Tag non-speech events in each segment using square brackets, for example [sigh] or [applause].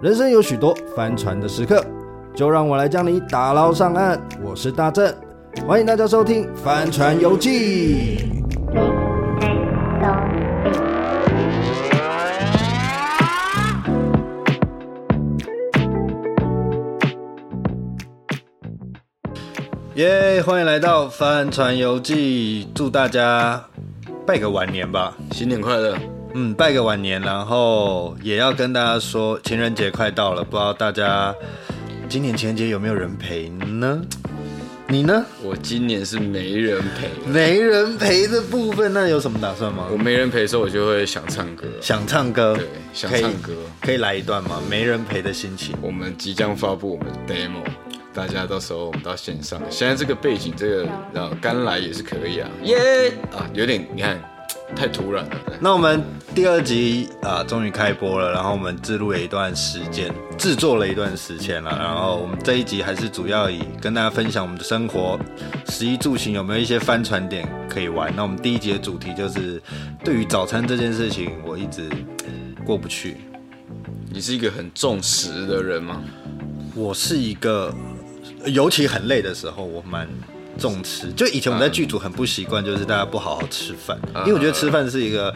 人生有许多翻船的时刻，就让我来将你打捞上岸。我是大正，欢迎大家收听《帆船游记》。耶欢迎来到《帆船游记》，祝大家拜个晚年吧。新年快乐！嗯，拜个晚年，然后也要跟大家说，情人节快到了，不知道大家今年情人节有没有人陪呢？你呢？我今年是没人陪，没人陪的部分，那有什么打算吗我？没人陪的时候，我就会想唱歌。想唱歌，对想可以唱歌可以来一段吗？没人陪的心情，我们即将发布我们的 demo，大家到时候我们到线上。现在这个背景，这个然后干来也是可以啊，耶、啊，有点你看太突然了。对那我们第二集啊，终于开播了，然后我们制录了一段时间，制作了一段时间了，然后我们这一集还是主要以跟大家分享我们的生活，食衣住行有没有一些帆船点可以玩。那我们第一集的主题就是对于早餐这件事情，我一直过不去。你是一个很重食的人吗？我是一个，尤其很累的时候，我蛮重吃。就以前我们在剧组很不习惯，就是大家不好好吃饭，因为我觉得吃饭是一个，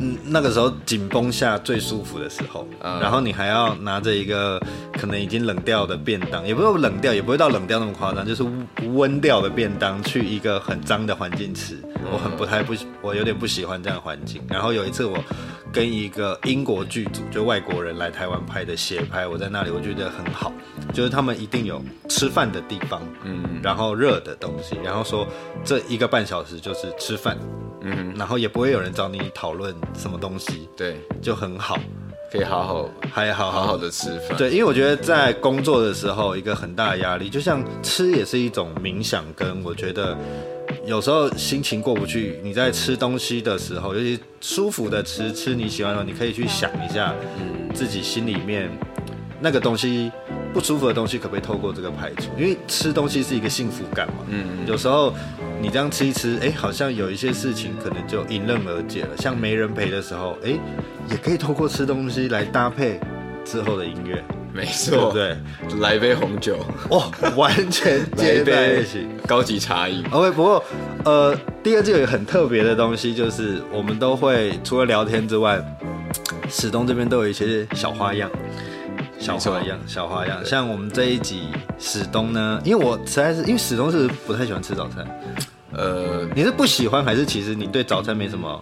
嗯，那个时候紧绷下最舒服的时候。然后你还要拿着一个可能已经冷掉的便当，也不是冷掉，也不会到冷掉那么夸张，就是温掉的便当去一个很脏的环境吃，我很不太不，我有点不喜欢这样的环境。然后有一次我跟一个英国剧组，就外国人来台湾拍的斜拍，我在那里我觉得很好，就是他们一定有吃饭的地方，嗯，然后热的东西，然后说这一个半小时就是吃饭，嗯，然后也不会有人找你讨论什么东西，对，就很好，可以好好还好好好的吃饭。，对，因为我觉得在工作的时候，一个很大的压力，就像吃也是一种冥想，跟我觉得有时候心情过不去，你在吃东西的时候，尤其舒服的吃，吃你喜欢的，你可以去想一下，嗯自己心里面那个东西不舒服的东西，可不可以透过这个排除？因为吃东西是一个幸福感嘛，嗯，有时候你这样吃一吃，哎、好像有一些事情可能就迎刃而解了。像没人陪的时候，哎、也可以透过吃东西来搭配之后的音乐，没对不错，对？来杯红酒，哇，完全来接在一杯一起。高级茶饮。哦，喂，不过，呃，第二季有一个很特别的东西，就是我们都会除了聊天之外，史东这边都有一些小花样，小花样，小花样。像我们这一集史东呢，因为我实在是因为史东是不太喜欢吃早餐，呃，你是不喜欢还是其实你对早餐没什么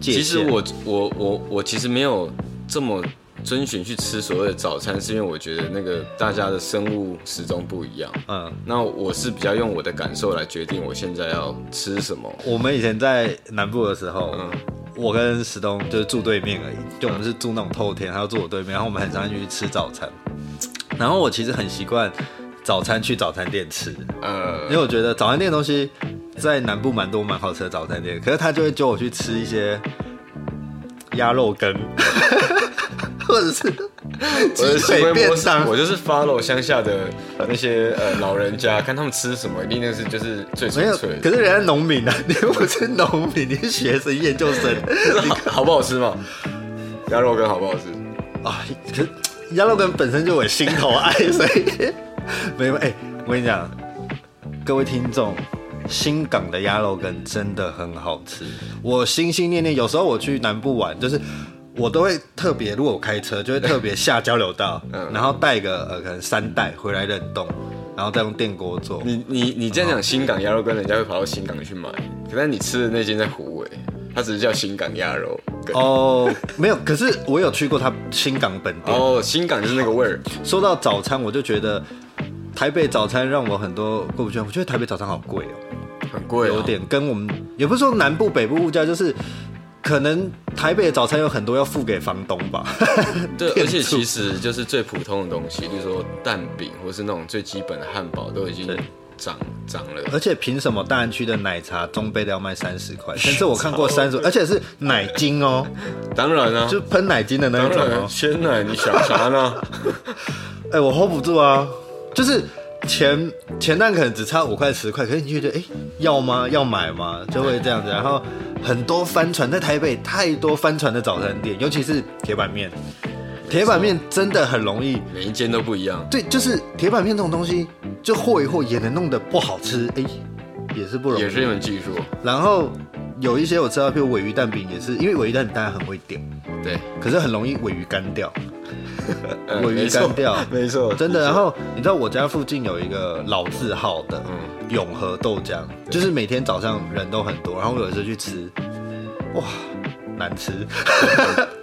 界限？其实我我我我其实没有这么遵循去吃所谓的早餐，是因为我觉得那个大家的生物时钟不一样。嗯。那我是比较用我的感受来决定我现在要吃什么。我们以前在南部的时候，嗯我跟石东就是住对面而已，就我们是住那种透天，他要住我对面，然后我们很常去吃早餐。然后我其实很习惯早餐去早餐店吃，因呃，为我觉得早餐店的东西在南部蛮多蛮好吃的早餐店，可是他就会叫我去吃一些鸭肉羹， [laughs] 或者是我的鸡腿便当我。就是 follow 乡下的那些呃老人家，看他们吃什么，一定那是就是最没纯有，粹的。可是人家农民啊，你又不是农民，你是学生、研究生。可是好 [laughs] 好不好吃嘛？鸭肉羹好不好吃？啊，可是鸭肉羹本身就我心头爱，所以 [laughs] 没有哎、我跟你讲，各位听众，新港的鸭肉羹真的很好吃。我心心念念，有时候我去南部玩，就是我都会特别，如果我开车，就会特别下交流 [laughs] 道，嗯然后带个呃可能三袋回来冷冻，然后再用电锅做。 [laughs] 你你你这样讲新港鸭肉羹，人家会跑到新港去买。可是你吃的那间在虎尾，它只是叫新港鸭肉羹。哦，没有，可是我有去过他新港本店，哦，新港就是那个味儿，说到早餐，我就觉得台北早餐让我很多过不去。我觉得台北早餐好贵哦，很贵、哦，有点跟我们也不是说南部北部物价，就是可能台北的早餐有很多要付给房东吧。 [laughs] 对，店而且主其实就是最普通的东西，例如说蛋饼或是那种最基本的汉堡，都已经对涨涨了。而且凭什么大安区的奶茶中杯的要卖三十 [laughs] 块？甚至我看过三十，而且是奶精哦，当然啊，就喷奶精的那一当种然哦。鲜奶，你想啥 [laughs] 呢？哎、我 hold 不住啊，就是前前段可能只差五块十块，可是你就觉得哎、要吗？要买吗？就会这样子。然后很多帆船在台北太多帆船的早餐店，尤其是铁板面，铁板面真的很容易，每一间都不一样。对，就是铁板面这种东西，就和一和也能弄得不好吃，哎，也是不容易，也是一门技术。然后有一些我知道，譬如尾鱼蛋饼也是，因为尾鱼蛋饼大家很会点，对，可是很容易尾鱼干掉，呃尾鱼干掉，没错，没错真的。没然错后你知道我家附近有一个老字号的嗯永和豆浆，就是每天早上人都很多，然后我有一次去吃，哇，难吃，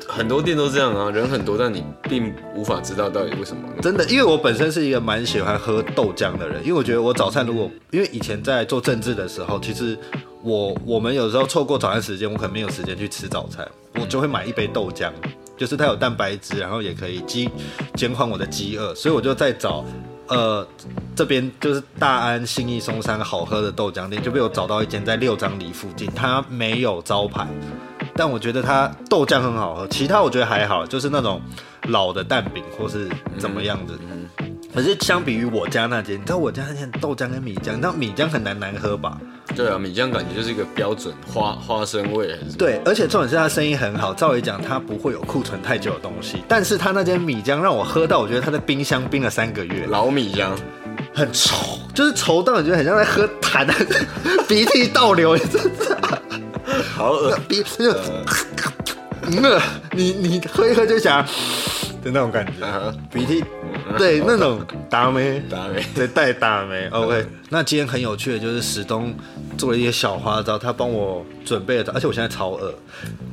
很多店都这样啊，人很多，但你并无法知道到底为什么。真的，因为我本身是一个蛮喜欢喝豆浆的人，因为我觉得我早餐如果，因为以前在做政治的时候，其实我我们有时候错过早餐时间，我可能没有时间去吃早餐，我就会买一杯豆浆，就是它有蛋白质，然后也可以饥减缓我的饥饿，所以我就在找。呃，这边就是大安信义松山好喝的豆浆店，就被我找到一间在六张里附近，它没有招牌，但我觉得它豆浆很好喝，其他我觉得还好，就是那种老的蛋饼或是怎么样子。可是相比于我家那间，你知道我家那间豆浆跟米浆，你知道米浆很难难喝吧？对啊，米浆感觉就是一个标准花花生味，还是对，而且重点是它生意很好，照理讲它不会有库存太久的东西，但是它那间米浆让我喝到，我觉得它在冰箱冰了三个月，老米浆，很稠，就是稠到你觉得很像在喝痰， [laughs] 鼻涕倒流，你知道吗好恶鼻就，嗯，你你喝一喝就想的那种感觉。 [laughs] 啊！鼻涕， [laughs] 对那种打霉，打霉 [laughs] 对带打霉。OK，那今天很有趣的就是史东做了一些小花招，他帮我准备了，而且我现在超饿，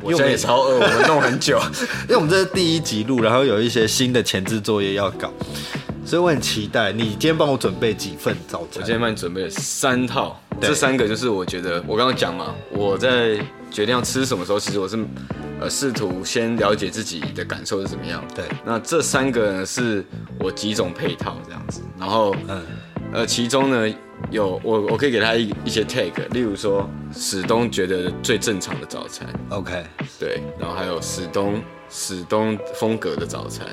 因我为我现在们也超 [laughs] 饿，我们弄很久。 [laughs] 因为我们这是第一集录，然后有一些新的前置作业要搞，所以我很期待你今天帮我准备几份早我餐今。天帮你准备了三套，对这三个就是我觉得我刚刚讲嘛，我在决定要吃什么时候，其实我是呃试图先了解自己的感受是怎么样。对那这三个呢是我几种配套这样子，然后嗯，呃，其中呢有我我可以给他一一些 take，例如说史东觉得最正常的早餐， ，OK 对，然后还有史东史东风格的早餐，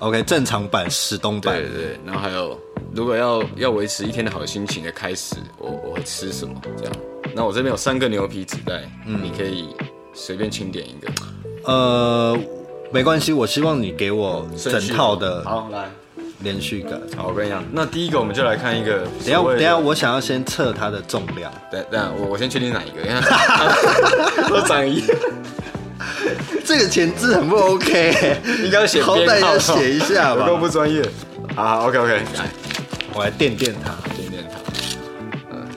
OK，正常版史东版对对对，然后还有如果要要维持一天的好心情的开始，我我会吃什么这样？那我这边有三个牛皮纸袋，嗯你可以随便清点一个，呃，没关系，我希望你给我整顺序套的好来，连续感。好，我跟你讲，那第一个我们就来看一个等一下，所谓等的，一下，我想要先测它的重量。等等一下，我我先确定哪一个， [laughs] 因为它都长一样。这个前置很不 OK， [laughs] 应该要写 [laughs] 好编歹号，要写一下吧我。够不专业。好，OK OK，来我来垫垫它。点点它。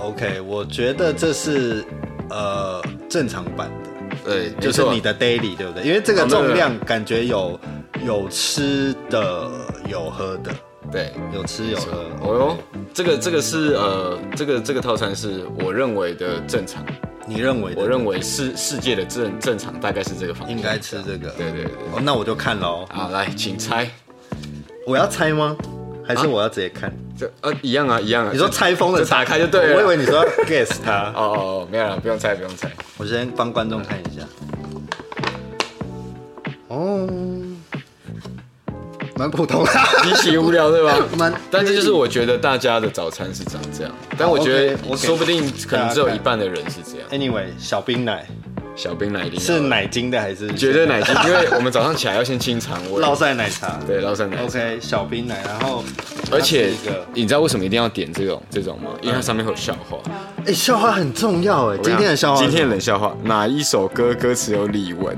OK，我觉得这是呃正常版的，对，就没是错你的 daily 对不对？因为这个重量感觉有有吃的，有喝的，对。有吃有喝。哦哟，这个这个是呃，这个这个套餐是我认为的正常，你认为的？我认为世世界的正正常大概是这个方向。应该吃这个。对对对。哦，那我就看喽。好，来，请猜。我要猜吗？还是我要直接看？这呃一样啊一样啊。你说啊这拆封的这打开就对了。我以为你说要 guess 它。哦哦哦，没有了，不用猜不 [laughs] 用猜。我先帮观众看一下。哦，蛮普通的。啊极其无聊对吧？蛮 [laughs] 但这就是我觉得大家的早餐是长这样，但我觉好，OK，得 OK 啊说不定可能只有一半的人是这样。 [laughs] Anyway，小冰奶小冰奶一定要是奶精的还是绝对奶精，因为我们早上起来要先清肠 [laughs] 胃。酪晒奶茶对捞上奶精， ？OK，小冰奶，然后而且它是一个你知道为什么一定要点这种这种吗？因为它上面会有笑话。哎，笑话很重要哎，我跟嗯今你天的讲笑话，今天冷笑话，哪一首歌歌词有李玟？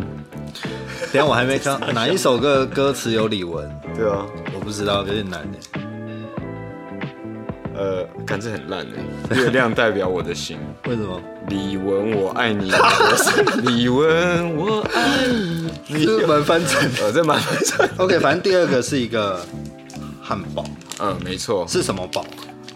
等一下我还没看哪一首歌歌词有李玟，对啊，我不知道，有点难哎。呃，感这很烂哎。 [laughs] 月亮代表我的心，为什么？李玟我爱你，我 [laughs] 是李玟我爱你。是蛮翻成的。呃，这蛮 [laughs] OK，反正第二个是一个汉堡， [laughs] 嗯，没错。是什么堡？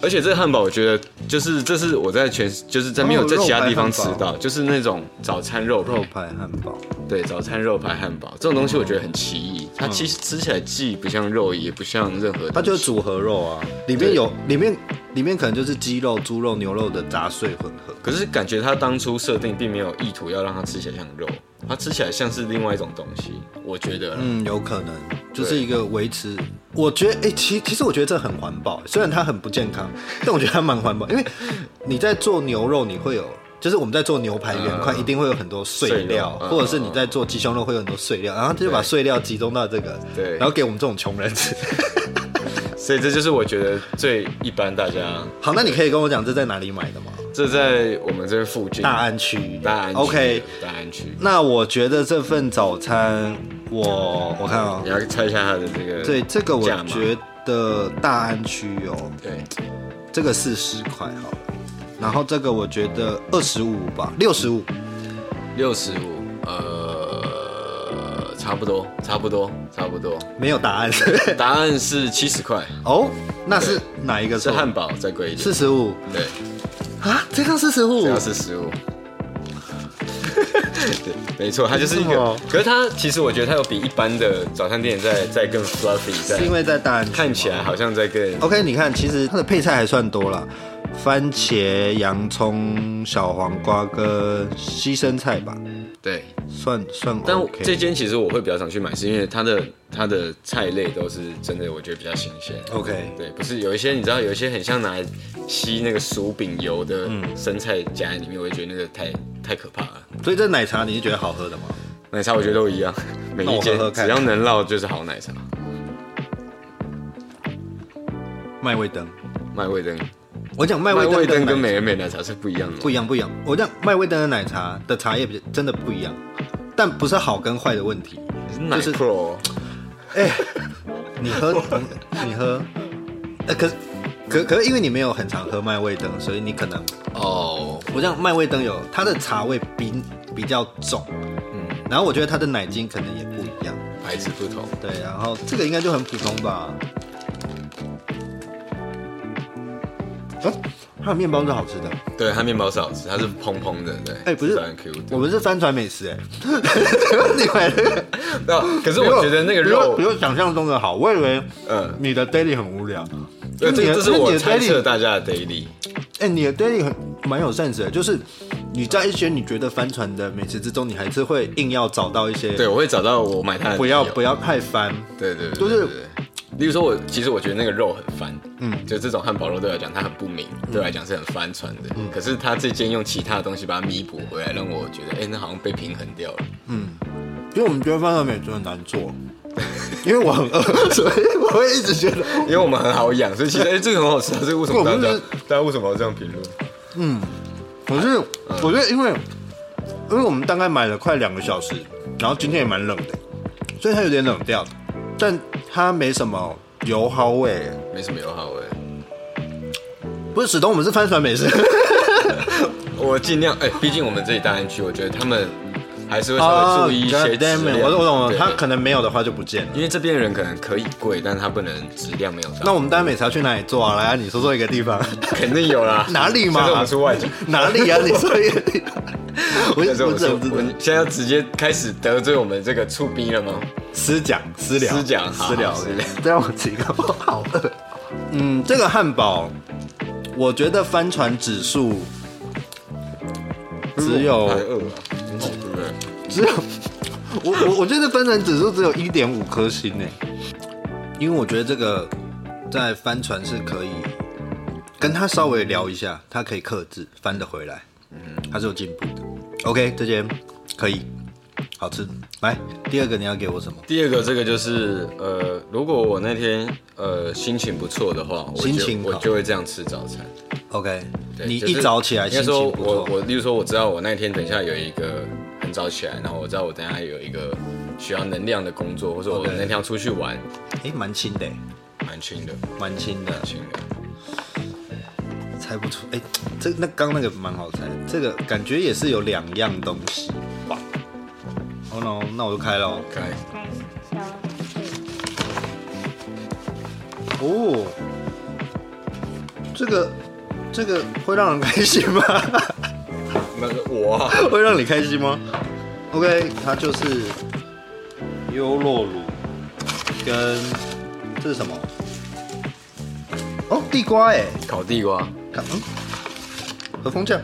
而且这个汉堡，我觉得就是这是我在全就是在没有在其他地方吃哦肉排到，就是那种早餐肉肉排，排汉堡。对，早餐肉排汉堡这种东西，我觉得很奇异。它其实吃起来既不像肉，也不像任何东西，嗯它就是组合肉啊，里面对有里面里面可能就是鸡肉、猪肉、牛肉的杂碎混合。可是感觉它当初设定并没有意图要让它吃起来像肉，它吃起来像是另外一种东西，我觉得啦。嗯，有可能就是一个维持。我觉得，哎、其其实我觉得这很欸环保，虽然它很不健康，但我觉得它蛮环保，因为你在做牛肉，你会有就是我们在做牛排圆块，一定会有很多碎料，嗯碎肉嗯或者是你在做鸡胸肉会有很多碎料，然后他就把对碎料集中到这个，对然后给我们这种穷人吃。 [laughs] 所以这就是我觉得最一般大家。好，那你可以跟我讲这在哪里买的吗？这在我们这附近大安区，嗯大安区 OK，大安区。那我觉得这份早餐，我我看啊、你要猜一下它的这个对这个我价码觉得大安区哦，对这个四十块好了，然后这个我觉得二十五吧，六十五，六十五呃差不多差不多差不多，没有答案 [laughs] 答案是七十块，哦，那是哪一个是错？汉堡再贵一点四，十五对，啊，这趟四十五这，样是十五。对，没错，它就是一为什个么，可是它其实我觉得它有比一般的早餐店再再更 fluffy，再是因为在哦大安区吗看起来好像在更 OK，你看，其实它的配菜还算多啦，番茄、洋葱、小黄瓜跟西生菜吧，对，算算 OK。但我这间其实我会比较常去买，是因为它的它的菜类都是真的，我觉得比较新鲜。 OK，对，不是有一些你知道，有一些很像拿来吸那个薯饼油的嗯生菜夹在里面，我就觉得那个太太可怕了。所以这奶茶你是觉得好喝的吗？奶茶我觉得都一样，每一 [laughs] 那间我喝喝看只要能烙就是好奶茶。麦味登，麦味登，我讲麦麦味味登登跟跟美而美奶茶是不一样的。不一样，不一样。我讲麦味登的奶茶的茶叶比较真的不一样，但不是好跟坏的问题。是奶就是 pro，哎、你 [laughs] 喝，你你喝，呃，可是可可是因为你没有很常喝麦味登，所以你可能哦，我讲麦味登有它的茶味比比较重，嗯，然后我觉得它的奶精可能也不一样，牌子不同。对，然后这个应该就很普通吧。啊，它的面包是好吃的，对，它面包是好吃，它是蓬蓬的，对。哎哎、不是很 Q 的，。我们是帆船美食、哎， [laughs] 你买的，那可是我觉得那个肉比，我想象中的好，我以为，嗯，你的 daily 很无聊，呃因为你这的这是因为我你的猜测 daily，大家的 daily。哎、你的 daily 很蛮有 sense 的，就是你在一些你觉得帆船的美食之中，你还是会硬要找到一些对，我会找到我买它的。不要要。不要太翻，对对对，就是对对对例如说我，其实我觉得那个肉很翻，嗯，就这种汉堡肉对我来讲它很不明，对我来讲是很翻船的。可是它这间用其他的东西把它弥补回来，让我觉得，哎、那好像被平衡掉了。因为我们觉得帆船美食很难做，因为我很饿， [laughs] 所以我会一直觉得因为我们很好养，所以其实哎、这个很好吃啊，这个为什么我大们家是大家为什么要这样评论？可是我觉得，因为因为我们大概买了快两个小时，然后今天也蛮冷的，所以它有点冷掉，但它没什么油蒿味。没什么友好哎、不是史东，我们是帆船美食我尽量哎，毕、竟我们这里大安区，我觉得他们还是 [laughs] 会稍微啊注意一些 God 质 damn 量。 it，我我懂了，对它可能没有的话就不见了。因为这边的人可能可以贵，但他不能质量没有那到。我们单美食要去哪里做啊？来啊，你说说一个地 [laughs] 方，肯定有啦， [laughs] 哪里嘛现在我们出外景。哪里啊？你说一个地方。我但是我我只说，能知我道现在要直接开始得罪我们这个醋逼了吗？私讲私聊私讲好私聊好私聊，再让我吃一个，我好饿。嗯，这个汉堡，我觉得帆船指数只有太饿了，哦对不对？只有，我我我觉得帆船指数只有一点五颗星呢，因为我觉得这个在帆船是可以跟他稍微聊一下，他可以克制翻得回来，嗯，他是有进步的。OK，这间可以，好吃。来，第二个你要给我什么？第二个这个就是呃，如果我那天呃心情不错的话，我就心情好我就会这样吃早餐。 OK，对你就是一早起来应该心说情不我错，我，例如说我知道我那天等一下有一个很早起来，然后我知道我等一下有一个需要能量的工作，或者我 OK 那天要出去玩，哎，蛮轻的，蛮轻的，蛮轻的蛮，轻的。猜不出。哎，这那刚那个蛮好猜，这个感觉也是有两样东西吧。哦、no，那我就开了哦。开，哦，这个这个会让人开心吗？ [laughs] 那个我啊会让你开心吗？OK，它就是优酪乳跟这是什么？哦，地瓜哎，烤地瓜。看嗯，和风酱。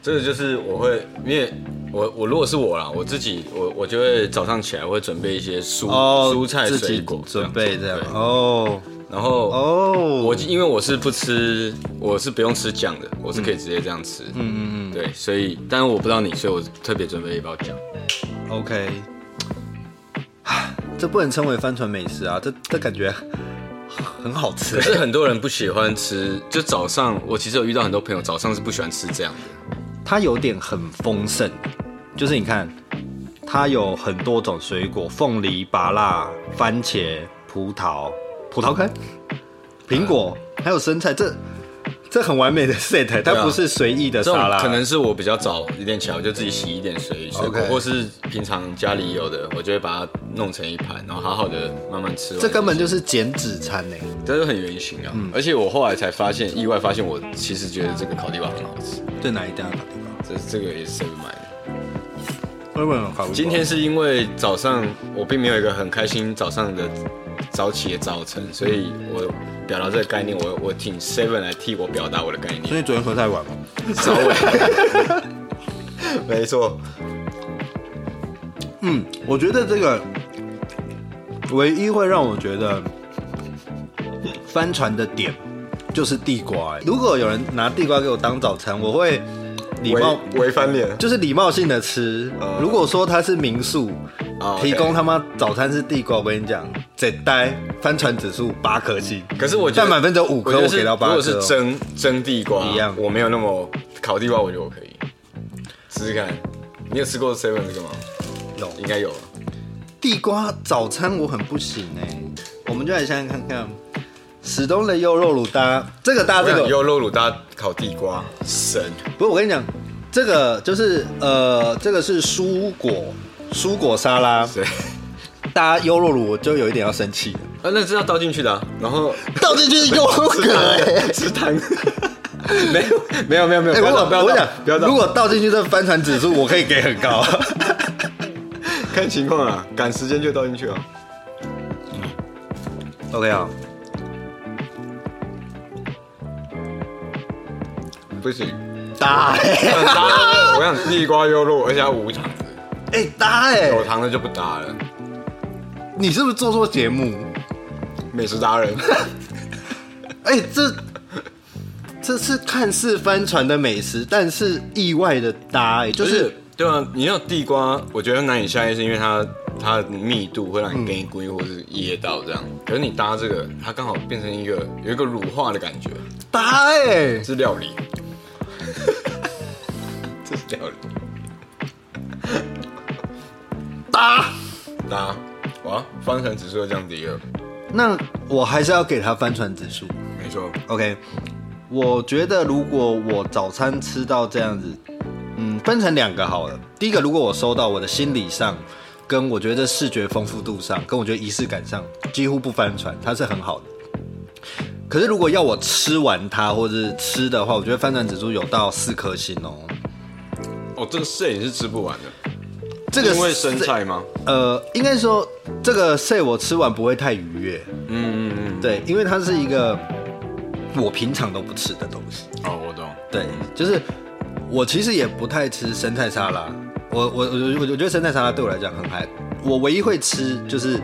这个就是我会，因为我我如果是我啦，我自己我我就会早上起来我会准备一些蔬、哦，蔬菜自己水果这样准备这样对哦。然后哦我因为我是不吃，我是不用吃酱的，我是可以直接这样吃。嗯嗯嗯，对，所以，但是我不知道你，所以我特别准备了一包酱。嗯 OK，唉这不能称为帆船美食啊，这这感觉很好吃可。是很多人不喜欢吃，就早上我其实有遇到很多朋友早上是不喜欢吃这样的。它有点很丰盛，就是你看，它有很多种水果，凤梨、芭辣、番茄、葡萄、葡萄干、苹果，还有生菜，这这很完美的 set，它嗯对啊不是随意的这种沙拉，可能是我比较早一点起来，我就自己洗一点水水果 OK 或是平常家里有的，我就会把它弄成一盘，然后好好的慢慢吃完。这根本就是嗯减脂餐欸呢、这是很原型啊！而且我后来才发现，意外发现我其实觉得这个烤地瓜很好吃，对哪一家打地方？这这个也是 seven 买的。我有没有考虑？今天是因为早上我并没有一个很开心早上的早起的早晨，所以我表达这个概念，我我请 Seven 来替我表达我的概念。所以昨天喝太晚吗？稍微， [laughs] 没错，嗯，我觉得这个唯一会让我觉得帆船的点就是地瓜、欸如果有人拿地瓜给我当早餐，我会礼貌，违翻脸，就是礼貌性的吃。哦如果说它是民宿哦，OK 提供他妈早餐是地瓜，我跟你讲，这呆帆船指数八颗星。可是我觉得但满分只有五颗，我我觉得是给到八如颗果哦。是蒸蒸地瓜一样我没有那么烤地瓜，我觉得我可以试试看。你有吃过 Seven 这个吗？有应该有吧。啊地瓜早餐我很不行哎、我们就来想想看看，史东的优肉卤搭这个搭我这想个。优酪乳搭烤地瓜，神！不是，我跟你讲，这个就是呃，这个是蔬果蔬果沙拉，对，搭优酪乳，我就有一点要生气了。啊，那是要倒进去的啊、然后倒进去是优酪吃乳糖哎、的，吃糖的。 [laughs] 没有没有没有没有，哎如不要果倒不要我倒想，不要倒，如果倒进去这翻船指数，我可以给很高。看情况啦，赶时间就倒进去啊了。 OK 啊，不行，搭哎、很搭的。我想地瓜优酪，而且要无糖的，哎搭哎、有糖的就不搭了。你是不是做错节目？美食达人，哎、这这是看似帆船的美食，但是意外的搭哎、就不是是对啊，你要地瓜，我觉得难以下咽，是因为它它的密度会让你变龟或是噎到这样。可是你搭这个，它刚好变成一个有一个乳化的感觉，搭哎、是料理， [laughs] 这是料理。 [laughs] 搭。搭哇，方程指数又降低了，那我还是要给他帆船指数。没错。 OK，我觉得如果我早餐吃到这样子，嗯，分成两个好了。第一个，如果我收到，我的心理上，跟我觉得视觉丰富度上，跟我觉得仪式感上，几乎不翻船，它是很好的。可是如果要我吃完它，或者是吃的话，我觉得翻船指数有到四颗星哦。哦，这个摄影是吃不完的，这个是因为生菜吗？呃，应该说这个 say 我吃完不会太愉悦，嗯嗯对，因为它是一个我平常都不吃的东西。嗯。哦，我懂。对，就是我其实也不太吃生菜沙拉，我我我我我觉得生菜沙拉对我来讲很嗨，我唯一会吃就是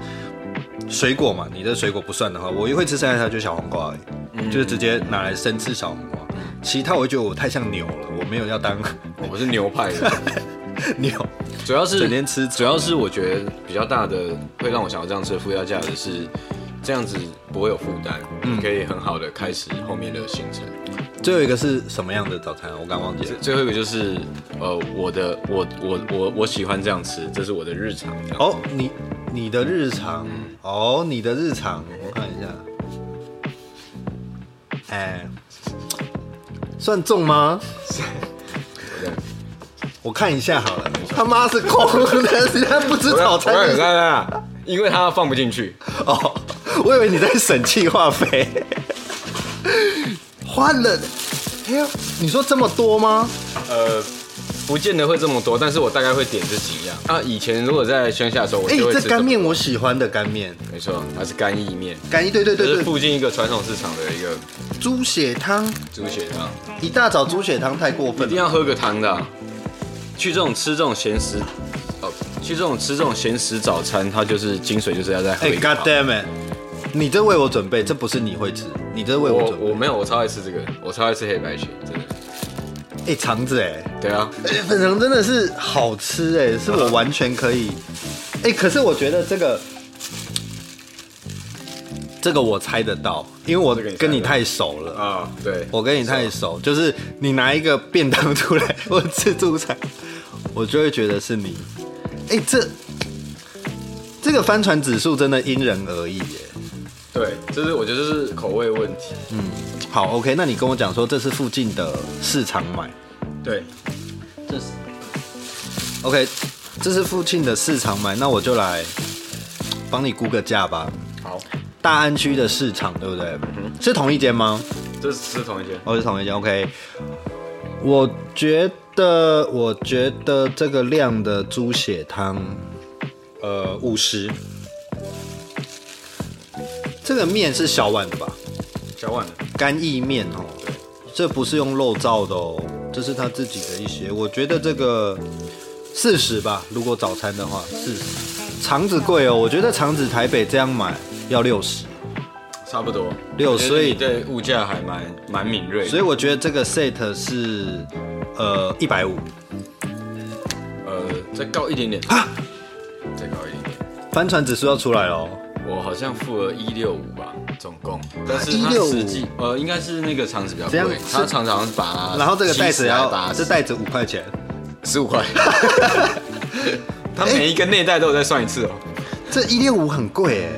水果嘛，你的水果不算的话，我唯一会吃生菜沙拉就是小黄瓜而已，嗯就是直接拿来生吃小黄瓜。其他我会觉得我太像牛了，我没有要当 [laughs] 我是牛派的，牛。主要是整天吃主要是我觉得比较大的会让我想要这样吃的附加价值是，这样子不会有负担，嗯你可以很好的开始后面的行程。最后一个是什么样的早餐？啊我刚忘记了。最后一个就是，呃，我的我我我我喜欢这样吃，这是我的日常。这样，哦，你你的日常，哦，你的日常，我看一下，哎、算重吗？这样我看一下好了，他妈是空的，人家不吃早我餐看我看我看因为它放不进去，哦。我以为你在省气话费，换了。哎呀，你说这么多吗？呃，不见得会这么多，但是我大概会点这几样。啊，以前如果在乡下的时候，我哎、就会吃这干么面我喜欢的干面，没错，它是干意面，干一对对这对是对，附近一个传统市场的一个猪血汤，猪血汤，一大早猪血汤太过一分定了。要喝个汤的啊、去这种吃这种闲食，哦，去这种吃这种闲食早餐，它就是精髓，就是要再喝哎、一 g 个 o 汤 d damn it！你这为我准备，这不是你会吃，你这为我我准备。我没有，我超爱吃这个，我超爱吃黑白切，真的。哎、肠子哎、[laughs] 对啊，哎粉肠真的是好吃哎、是我完全可以。哎、可是我觉得这个，这个我猜得到，因为我这个你猜跟你得到太熟了。啊，对，我跟你太熟，就是你拿一个便当出来， [laughs] 或者自助餐，我就会觉得是你。哎、这这个帆船指数真的因人而异哎耶。啊对，就是我觉得这是口味问题。好，OK，那你跟我讲说这是附近的市场买，对，这是 OK，这是附近的市场买，那我就来帮你估个价吧。好，大安区的市场对不对？是同一间吗？哦这是同一间。我是同一间，OK。我觉得，我觉得这个量的猪血汤，呃，五十。这个面是小碗的吧？小碗的，干意面哦，这不是用肉燥的哦，这是他自己的一些。我觉得这个四十吧，如果早餐的话，四十。肠子贵哦，我觉得肠子台北这样买要六十。差不多六所以你对物价还蛮蛮敏锐的。所以我觉得这个 set 是呃一百五。呃，再高一点点啊，再高一点点。帆船指数要出来了哦，我好像付了一六五吧，总共，但是它165实际呃应该是那个肠子比较这样贵，是它肠子好像是八，然后这个袋子要八，这袋子五块钱，十 [laughs] 五块，它每一个内袋都有再算一次哦。这一六五很贵哎。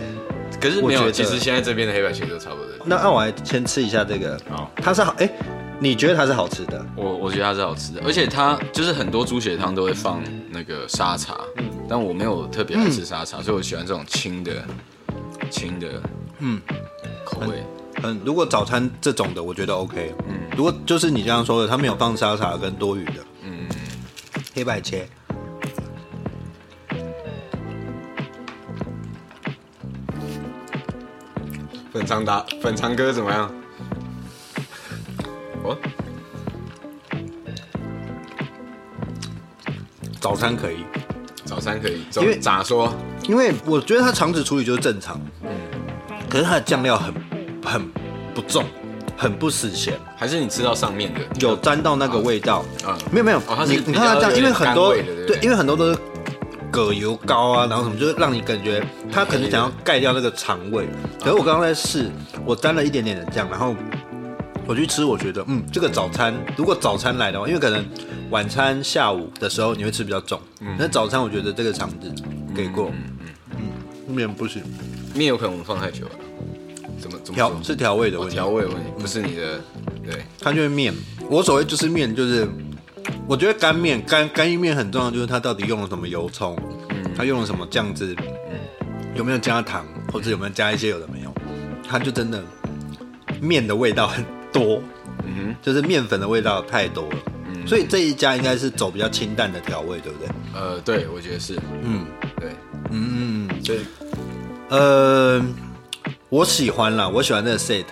可是我没觉有，得其实现在这边的黑白切都差不多。那那我来先吃一下这个，好，它是好哎，你觉得它是好吃的？我我觉得它是好吃的，而且它就是很多猪血汤都会放那个沙茶，但我没有特别爱吃沙茶，所以我喜欢这种清的清的，嗯，口味。嗯，如果早餐这种的，我觉得 OK。嗯，如果就是你这样说的，它没有放沙茶跟多余的，嗯，黑白切。粉肠达粉肠哥怎么样？哦，早餐可以，早餐可以，因为怎咋说？因为我觉得它肠子处理就是正常，嗯，可是它的酱料很很不重，很不死咸，还是你吃到上面的？有沾到那个味道。啊，没有没有哦它，是你比你较看它这样，有点因为很多甘味的对不对因为很多都是葛油膏啊，然后什么，就是让你感觉它可能想要盖掉那个肠胃。可是我刚刚在试，我沾了一点点的酱，然后我去吃，我觉得嗯，这个早餐如果早餐来的话，因为可能晚餐下午的时候你会吃比较重，嗯那早餐我觉得这个肠子给过，嗯，面不行，面有可能我们放太久了，怎么怎么调说是调味的哦问题，调味的问题，不是你的对。它就是面。我所谓就是面，就是我觉得干面干干意面很重要，就是它到底用了什么油葱，它用了什么酱汁，有没有加糖，或者有没有加一些有的没有，它就真的面的味道很多，嗯就是面粉的味道太多了。所以这一家应该是走比较清淡的调味，对不对？哼，呃，对，我觉得是，嗯对，嗯嗯，所以呃，我喜欢啦，我喜欢这个 set。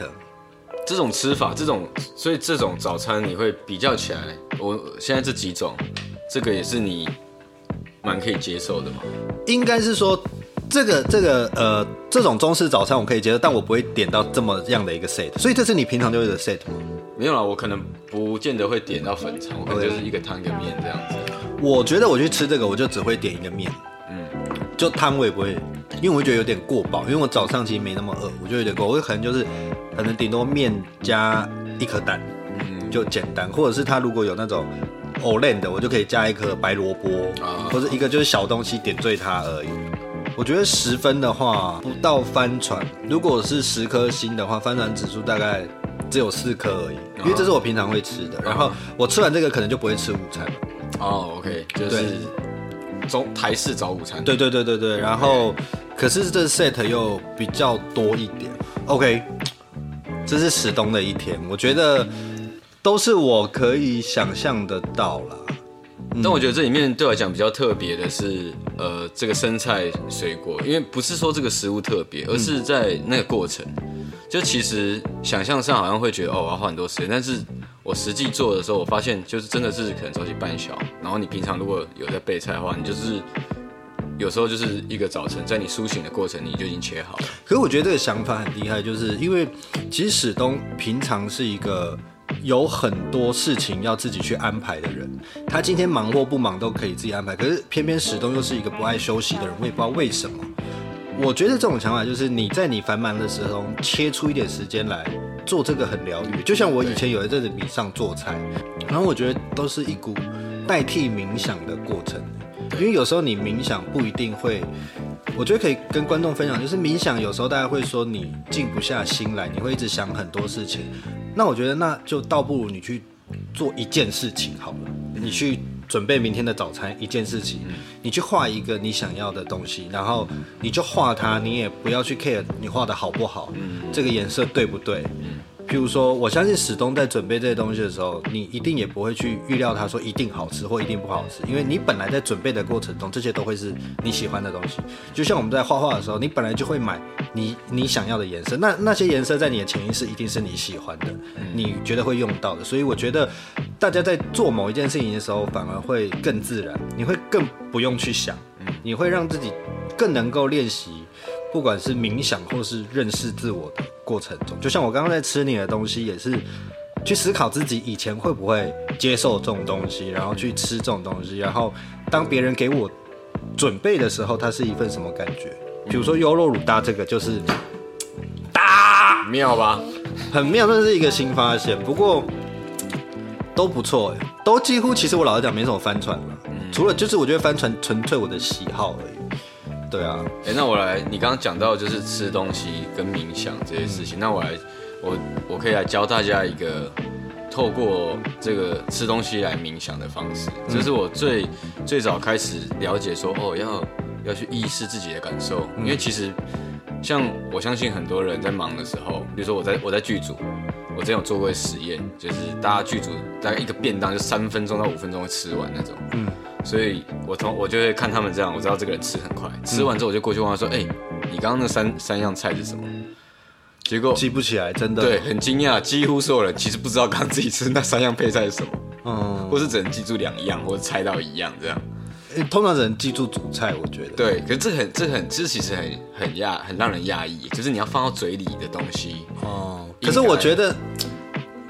这种吃法，这种，所以这种早餐你会比较起来，我现在这几种，这个也是你蛮可以接受的嘛。应该是说这个这个呃这种中式早餐我可以接受，但我不会点到这么样的一个 set，所以这是你平常就有的 set 吗？没有啦，我可能不见得会点到粉肠，我可能就是一个汤跟面这样子。我觉得我去吃这个，我就只会点一个面，嗯，就汤我也不会，因为我会觉得有点过饱，因为我早上其实没那么饿，我就有点过，我可能就是可能顶多面加一颗蛋，嗯就简单，或者是它如果有那种。藕类的，我就可以加一颗白萝卜啊，或者一个就是小东西点缀它而已。我觉得十分的话不到帆船，如果是十颗星的话，帆船指数大概只有四颗而已，因为这是我平常会吃啊的。然后我吃完这个可能就不会吃午餐了。哦，OK，就是中台式早午餐。对对对对对，然后可是这 set 又比较多一点。OK，这是十东的一天，我觉得都是我可以想象得到啦。但我觉得这里面对我来讲比较特别的是，呃，这个生菜水果，因为不是说这个食物特别，而是在那个过程。就其实想象上好像会觉得哦，我要花很多时间，但是我实际做的时候，我发现就是真的是可能早起半小，然后你平常如果有在备菜的话，你就是有时候就是一个早晨，在你苏醒的过程，你就已经切好了。可是我觉得这个想法很厉害，就是因为其实史东平常是一个有很多事情要自己去安排的人，他今天忙或不忙都可以自己安排。可是偏偏史东又是一个不爱休息的人，我也不知道为什么。我觉得这种想法就是你在你繁忙的时候切出一点时间来做这个很疗愈。就像我以前有一阵子迷上做菜，然后我觉得都是一股代替冥想的过程，因为有时候你冥想不一定会。我觉得可以跟观众分享，就是冥想有时候大家会说你静不下心来，你会一直想很多事情。那我觉得那就倒不如你去做一件事情好了，你去准备明天的早餐一件事情，你去画一个你想要的东西，然后你就画它，你也不要去 care 你画的好不好，这个颜色对不对。譬如说，我相信史东在准备这些东西的时候，你一定也不会去预料他说一定好吃或一定不好吃，因为你本来在准备的过程中，这些都会是你喜欢的东西。就像我们在画画的时候，你本来就会买你你想要的颜色，那那些颜色在你的潜意识一定是你喜欢的，你觉得会用到的。所以我觉得大家在做某一件事情的时候，反而会更自然，你会更不用去想，你会让自己更能够练习。不管是冥想或是认识自我的过程中，就像我刚刚在吃你的东西，也是去思考自己以前会不会接受这种东西，然后去吃这种东西，然后当别人给我准备的时候，它是一份什么感觉？比如说优酪乳搭这个就是搭，妙吧？很妙，这是一个新发现。不过都不错、欸，都几乎其实我老实讲没什么翻船了，除了就是我觉得翻船纯粹我的喜好而已。对啊，哎、那我来，你刚刚讲到就是吃东西跟冥想这些事情，那我来，我我可以来教大家一个透过这个吃东西来冥想的方式，这是我最最早开始了解说哦，要要去意识自己的感受，因为其实像我相信很多人在忙的时候，比如说我在我在剧组。我之前有做过实验，就是大家剧组大概一个便当就三分钟到五分钟会吃完那种，嗯，所以我从我就会看他们这样，我知道这个人吃很快，吃完之后我就过去问他说：“哎、你刚刚那三三样菜是什么？”结果记不起来，真的。对，，很惊讶，几乎所有人其实不知道刚刚自己吃那三样配菜是什么，嗯，或是只能记住两样，或者猜到一样这样。欸通常只能记住主菜，我觉得。对，可是这很这很这其实很很压很让人压抑，就是你要放到嘴里的东西，哦，可应该是我觉得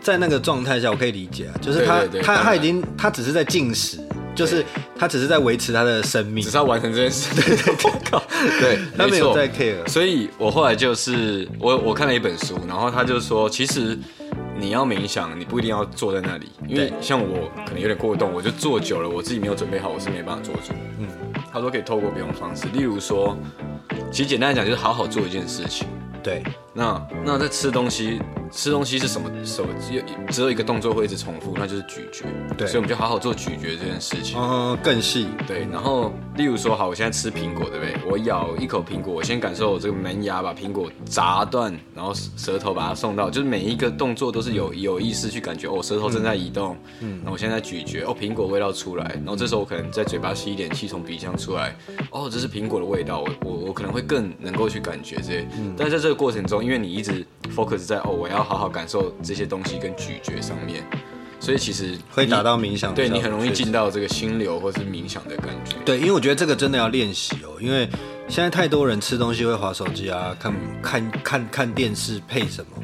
在那个状态下，我可以理解啊，就是他对对对当他然他已经他只是在进食，就是他只是在维持他的生命只是，要完成这 [laughs] 件事。对对对，对，他没有错在 care 所以我后来就是我我看了一本书，然后他就说，其实你要冥想，你不一定要坐在那里，因为对像我可能有点过动，我就坐久了，我自己没有准备好，我是没办法坐住。嗯，他说可以透过别种方式，例如说，其实简单来讲就是好好做一件事情。对，那那在吃东西，吃东西是什么？什么只有只有一个动作会一直重复，那就是咀嚼。对所以我们就好好做咀嚼这件事情。嗯，更细，对，然后例如说，好，我现在吃苹果，对不对？我咬一口苹果，我先感受我这个门牙把苹果砸断，然后舌头把它送到，就是每一个动作都是有有意识去感觉，哦，舌头正在移动，嗯，那我现在咀嚼，哦，苹果味道出来，然后这时候我可能在嘴巴吸一点气从鼻腔出来，哦，这是苹果的味道，我我我可能会更能够去感觉这些，但在这个过程中，因为你一直 focus 在哦，我要好好感受这些东西跟咀嚼上面，所以其实会你达到冥想的对效果你很容易确实进到这个心流或是冥想的感觉。对，因为我觉得这个真的要练习哦，因为现在太多人吃东西会划手机啊，看看看看电视配什么，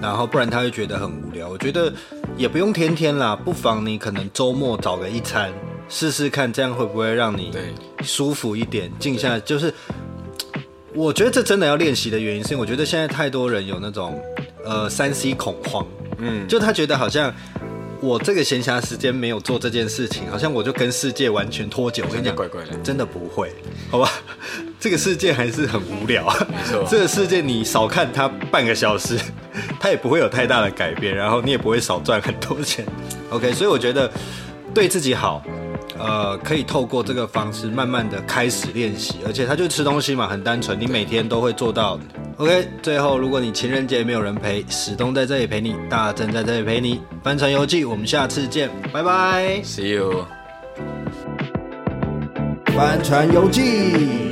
然后不然他会觉得很无聊。我觉得也不用天天啦，不妨你可能周末找个一餐试试看，这样会不会让你对舒服一点，静下来就是。我觉得这真的要练习的原因，是因为我觉得现在太多人有那种呃三 C 恐慌，嗯，就他觉得好像我这个闲暇时间没有做这件事情，好像我就跟世界完全脱节。我跟你讲，怪怪的真的不会，好吧？这个世界还是很无聊，没错 [laughs] 这个世界你少看它半个小时， [laughs] 它也不会有太大的改变，然后你也不会少赚很多钱。OK，所以我 [laughs] 觉得对自己好，呃，可以透过这个方式慢慢的开始练习，而且它就吃东西嘛，很单纯，你每天都会做到的。OK，最后如果你情人节没有人陪，史东在这里陪你，大正在这里陪你，帆船游记，我们下次见，拜拜。 See you。帆船游记。